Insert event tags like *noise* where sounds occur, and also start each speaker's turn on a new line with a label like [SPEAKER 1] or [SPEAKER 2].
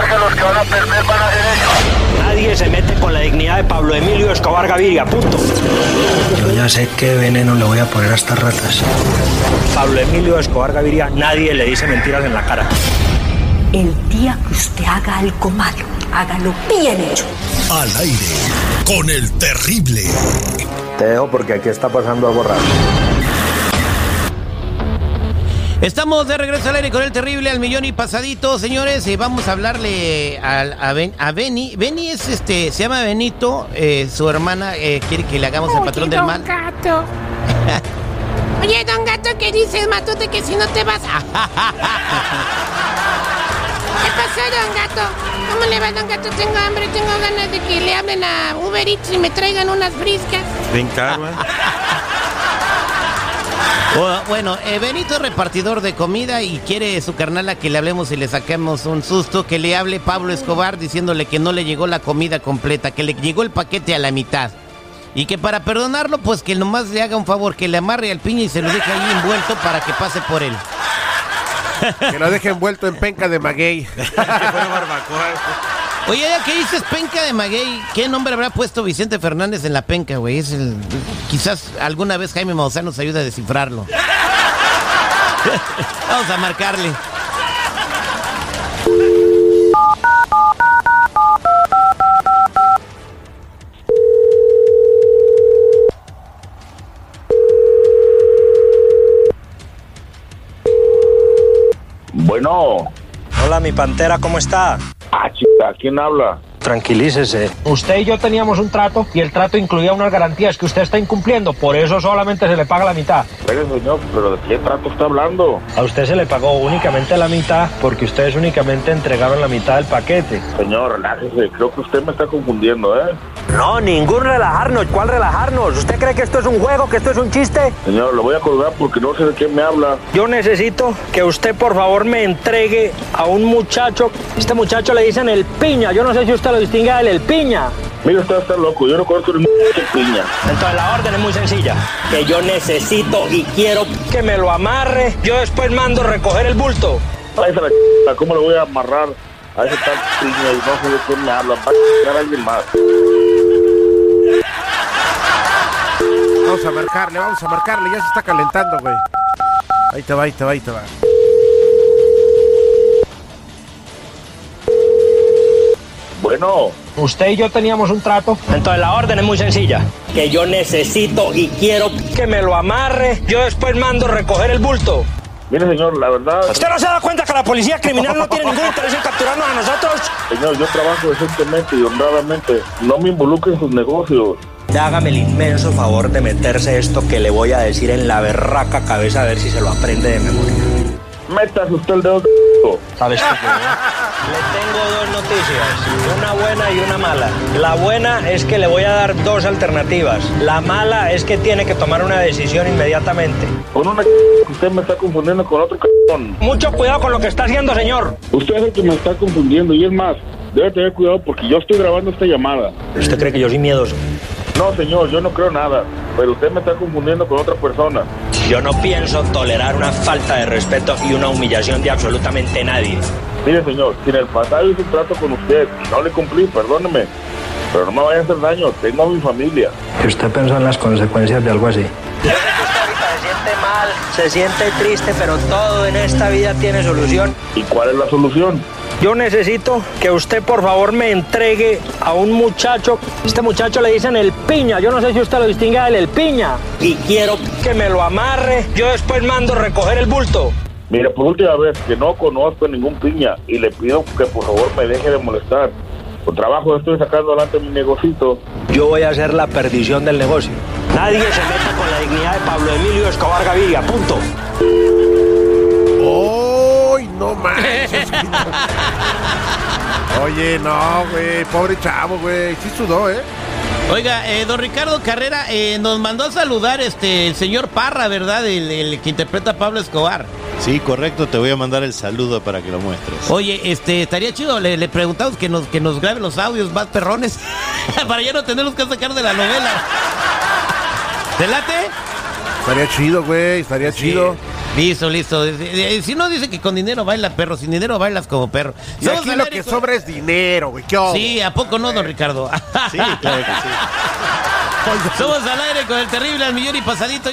[SPEAKER 1] a perder para derecho.
[SPEAKER 2] Nadie se mete con la dignidad de Pablo Emilio Escobar Gaviria, punto.
[SPEAKER 3] Yo ya sé qué veneno le voy a poner a estas ratas.
[SPEAKER 2] Pablo Emilio Escobar Gaviria, nadie le dice mentiras en la cara.
[SPEAKER 4] El día que usted haga algo malo, hágalo bien hecho.
[SPEAKER 5] Al aire, con el terrible.
[SPEAKER 6] Te dejo porque aquí está pasando algo raro.
[SPEAKER 7] Estamos de regreso al aire con el terrible al millón y pasadito, señores. Y vamos a hablarle al- a, Ben- a Benny. Benny es este, se llama Benito. eh, su hermana eh, quiere que le hagamos el
[SPEAKER 8] Oye,
[SPEAKER 7] patrón del
[SPEAKER 8] don
[SPEAKER 7] mal. *laughs*
[SPEAKER 8] Gato. Oye, don gato, ¿qué dices, Matute, que si no
[SPEAKER 7] *laughs*
[SPEAKER 8] te vas? ¿Qué pasó, don gato? ¿Cómo le va, don gato? Tengo hambre, tengo ganas de que le hablen a Uber Eats y me traigan unas friscas.
[SPEAKER 9] Ven, calma.
[SPEAKER 7] O- bueno, eh, Benito es repartidor de comida y quiere su carnal a que le hablemos y le saquemos un susto. Que le hable Pablo Escobar diciéndole que no le llegó la comida completa, que le llegó el paquete a la mitad. Y que para perdonarlo, pues que nomás le haga un favor, que le amarre al piña y se lo deje ahí envuelto para que pase por él.
[SPEAKER 10] Que lo deje envuelto en penca de maguey.
[SPEAKER 9] Que fuera barbacoa.
[SPEAKER 7] Oye, ya que dices penca de maguey, ¿qué nombre habrá puesto Vicente Fernández en la penca, güey? Es el, quizás alguna vez Jaime Maussan nos ayude a descifrarlo. *laughs* Vamos a marcarle.
[SPEAKER 1] Bueno,
[SPEAKER 2] Hola, mi pantera, ¿cómo está?
[SPEAKER 1] ah, chica, ¿quién habla?
[SPEAKER 3] Tranquilícese.
[SPEAKER 2] Usted y yo teníamos un trato y el trato incluía unas garantías que usted está incumpliendo, por eso solamente se le paga la mitad.
[SPEAKER 1] Pero señor, ¿pero de qué trato está hablando?
[SPEAKER 3] A usted se le pagó únicamente la mitad porque ustedes únicamente entregaron la mitad del paquete.
[SPEAKER 1] Señor, relájese, creo que usted me está confundiendo, ¿eh?
[SPEAKER 2] No, ningún relajarnos. ¿Cuál relajarnos? ¿Usted cree que esto es un juego, que esto es un chiste?
[SPEAKER 1] Señor, lo voy a colgar porque no sé de quién me habla.
[SPEAKER 2] Yo necesito que usted por favor me entregue a un muchacho. Este muchacho le dicen el piña. Yo no sé si usted lo distingue del el piña.
[SPEAKER 1] Mire, usted está loco, yo no conozco ni *laughs* de piña.
[SPEAKER 2] Entonces la orden es muy sencilla. Que yo necesito y quiero que me lo amarre. Yo después mando recoger el bulto.
[SPEAKER 1] Váyase a la ch- ¿cómo le voy a amarrar a ese tal piña y no sé de quién me habla? Va a llegar alguien más.
[SPEAKER 10] Vamos a marcarle, vamos a marcarle. Ya se está calentando, güey. Ahí te va, ahí te va, ahí te va.
[SPEAKER 1] Bueno,
[SPEAKER 2] Usted y yo teníamos un trato. Entonces la orden es muy sencilla. Que yo necesito y quiero que me lo amarre. Yo después mando recoger el bulto.
[SPEAKER 1] mire, señor, la verdad,
[SPEAKER 2] ¿Usted no se da cuenta que la policía criminal no tiene ningún interés en capturarnos a nosotros?
[SPEAKER 1] señor, yo trabajo decentemente y honradamente. No me involucre en sus negocios.
[SPEAKER 3] Hágame el inmenso favor de meterse esto que le voy a decir en la berraca cabeza a ver si se lo aprende de memoria.
[SPEAKER 1] Métase usted el dedo de
[SPEAKER 3] ¿Sabes
[SPEAKER 2] Le tengo dos noticias, una buena y una mala. La buena es que le voy a dar dos alternativas. La mala es que tiene que tomar una decisión inmediatamente.
[SPEAKER 1] con una ch- que usted me está confundiendo con otro c******.
[SPEAKER 2] Mucho cuidado con lo que está haciendo, señor.
[SPEAKER 1] Usted es el que me está confundiendo y es más, debe tener cuidado porque yo estoy grabando esta llamada.
[SPEAKER 2] ¿Usted cree que yo soy miedoso?
[SPEAKER 1] No, señor, yo no creo nada, pero usted me está confundiendo con otra persona.
[SPEAKER 2] Yo no pienso tolerar una falta de respeto y una humillación de absolutamente nadie.
[SPEAKER 1] Mire, señor, si en el pasado hice un trato con usted y no le cumplí, perdóneme, pero no me vaya a hacer daño, tengo a mi familia.
[SPEAKER 3] Que usted pensó en las consecuencias de algo así.
[SPEAKER 2] Yo sé que usted ahorita se siente mal, se siente triste, pero todo en esta vida tiene solución.
[SPEAKER 1] ¿Y cuál es la solución?
[SPEAKER 2] Yo necesito que usted por favor me entregue a un muchacho. Este muchacho le dicen el piña. Yo no sé si usted lo distingue del el piña. Y quiero que me lo amarre. Yo después mando recoger el bulto.
[SPEAKER 1] Mire, por última vez, que no conozco ningún piña y le pido que por favor me deje de molestar. Con trabajo estoy sacando adelante mi negocito.
[SPEAKER 3] Yo voy a hacer la perdición del negocio.
[SPEAKER 2] Nadie se mete con la dignidad de Pablo Emilio Escobar Gaviria. Punto.
[SPEAKER 10] ¡Uy, no manches! *laughs* Oye, no, güey. Pobre chavo, güey. Sí sudó, ¿eh?
[SPEAKER 7] Oiga, eh, don Ricardo Carrera eh, nos mandó a saludar este el señor Parra, ¿verdad? El, el que interpreta a Pablo Escobar.
[SPEAKER 9] Sí, correcto, te voy a mandar el saludo para que lo muestres.
[SPEAKER 7] Oye, este, estaría chido, le, le preguntamos que nos, que nos grabe los audios más perrones *laughs* para ya no tenerlos que sacar de la novela. ¿Te late?
[SPEAKER 10] Estaría chido, güey. Estaría chido.
[SPEAKER 7] Listo, listo. Eh, eh, Si no dice que con dinero baila perro, sin dinero bailas como perro.
[SPEAKER 10] Y
[SPEAKER 7] Somos
[SPEAKER 10] aquí
[SPEAKER 7] al
[SPEAKER 10] lo
[SPEAKER 7] aire
[SPEAKER 10] que
[SPEAKER 7] con-
[SPEAKER 10] sobra es dinero, güey. ¿Qué hubo?
[SPEAKER 7] Sí, ¿a poco no, don Ricardo?
[SPEAKER 9] Sí, claro que sí.
[SPEAKER 7] *laughs* Somos al aire con el terrible al millón y pasadito.